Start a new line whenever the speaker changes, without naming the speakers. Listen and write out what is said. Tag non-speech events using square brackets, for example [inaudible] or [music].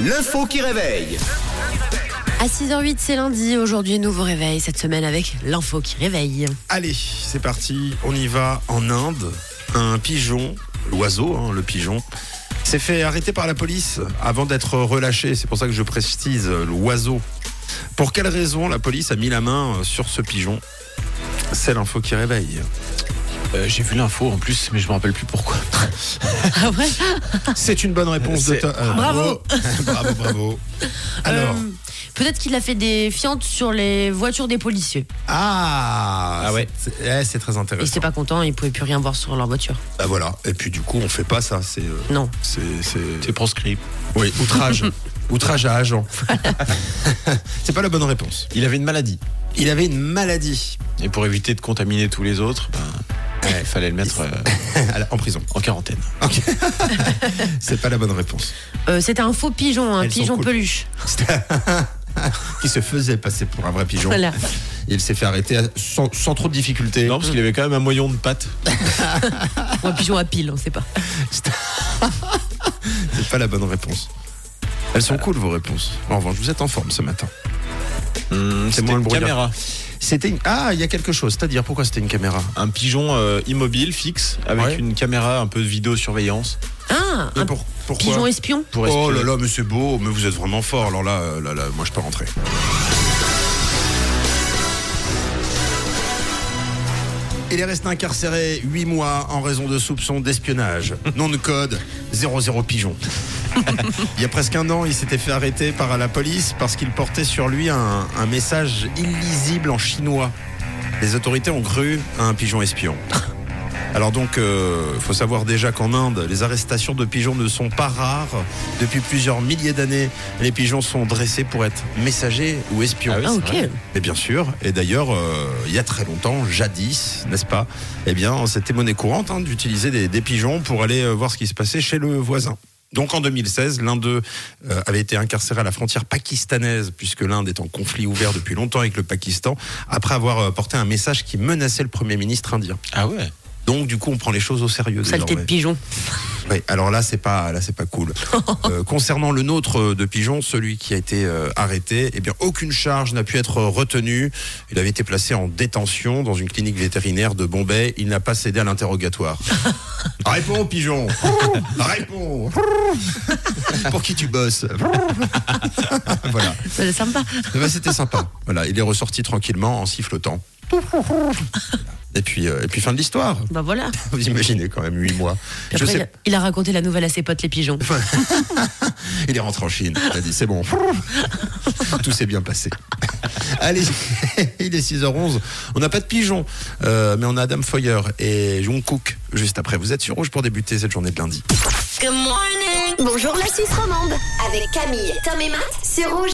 L'info qui réveille.
À 6h08, c'est lundi. Aujourd'hui, nouveau réveil cette semaine avec l'info qui réveille.
Allez, c'est parti, on y va en Inde. Un pigeon, l'oiseau, hein, le pigeon, s'est fait arrêter par la police avant d'être relâché. C'est pour ça que je précise euh, l'oiseau. Pour quelle raison la police a mis la main euh, sur ce pigeon C'est l'info qui réveille.
Euh, J'ai vu l'info en plus, mais je me rappelle plus pourquoi.
[laughs] Ah ouais
C'est une bonne réponse
[laughs]
de
C'est-
Tom. Euh,
Bravo.
[laughs] Bravo, bravo. Alors,
Euh, Peut-être qu'il a fait des fientes sur les voitures des policiers.
ah,
Ah ouais.
c'est eh, c'est très
Ils
intéressant.
n'étaient pas contents, ils pouvaient plus rien voir sur leur voiture.
Bah voilà, et puis du coup, on fait pas ça. C'est, euh,
Non.
c'est, c'est-
C'est proscrit.
Oui, [laughs] outrage. outrage à agent. [laughs] c'est pas la bonne réponse.
Il avait une maladie.
Il avait une [laughs] maladie
Et pour éviter de contaminer tous les autres, ben, il fallait le mettre euh,
à la- en prison.
en
[laughs]
quarantaine.
C'est pas la bonne réponse.
Euh, C'était un faux pigeon, un
Elles sont
pigeon
cool.
peluche.
C'était- [laughs] Qui se faisait passer pour un vrai
[laughs]
pigeon.
Voilà.
Il s'est fait arrêter à- sans, sans trop de difficultés.
Non, parce qu'il avait quand même un moyon de pâte.
Ou un pigeon à pile, on sait pas.
C'est pas la bonne réponse. Elles sont cool vos réponses. En revanche, vous êtes en forme ce matin.
C'était
Mmh, moins le
une
brouillard.
caméra.
C'était une... ah il y a quelque chose. C'est-à-dire pourquoi c'était une caméra
Un pigeon euh, immobile, fixe, avec
Ouais.
une caméra un peu de vidéosurveillance.
Ah
Et
Un
pour- Euh, pourquoi
pigeon espion
Pour
Oh
espionner.
là là, mais c'est beau, mais vous êtes vraiment fort. Alors là, euh, là, là, moi je peux rentrer. Il est resté incarcéré 8 mois en raison de soupçons d'espionnage. Nom de code 00 Pigeon. il y a presque un an, il s'était fait arrêter par la police parce qu'il portait sur lui un, un message illisible en chinois. Les autorités ont cru à un pigeon espion. Alors donc, euh, faut savoir déjà qu'en Inde, les arrestations de pigeons ne sont pas rares. Depuis plusieurs milliers d'années, les pigeons sont dressés pour être messagers ou espions.
Ah oui,
Ah
c'est
ok.
vrai.
Et bien sûr, et d'ailleurs, euh, il y a très longtemps, jadis, n'est-ce pas Eh bien, c'était monnaie courante hein, d'utiliser des, des pigeons pour aller euh, voir ce qui se passait chez le voisin. Donc en 2016, l'un d'eux euh, avait été incarcéré à la frontière pakistanaise, puisque l'Inde est en conflit ouvert depuis longtemps avec le Pakistan, après avoir euh, porté un message qui menaçait le Premier ministre indien.
Ah ouais
Donc du coup, on prend les choses au sérieux.
Saleté de
désormais.
pigeon. [laughs]
Ouais, alors là, c'est pas là, c'est pas cool. Euh, concernant le nôtre euh, de Pigeon, celui qui a été euh, arrêté, eh bien aucune charge n'a pu être euh, retenue. Il avait été placé en détention dans une clinique vétérinaire de Bombay. Il n'a pas cédé
[laughs]
à l'interrogatoire. Réponds, Pigeon. Réponds. Pour qui tu bosses [laughs] Voilà.
C'est sympa.
Eh ben, C'était sympa. Voilà, il est ressorti tranquillement en sifflotant.
[laughs]
Et puis, euh, et puis fin de l'histoire.
Bah voilà.
Vous [laughs] imaginez quand même 8 mois.
Puis après, il a- il a raconté la nouvelle à ses potes les pigeons.
Il est rentré en Chine. Il a dit c'est
[laughs]
bon. Tout s'est bien passé. [laughs] Allez, [laughs] il est 6h11. On n'a pas de pigeon, euh, mais on a Adam Foyer et Jungkook juste après. Vous êtes sur Rouge pour débuter cette journée de lundi.
Bonjour la Suisse romande avec Camille, Tom et Matt, c'est rouge.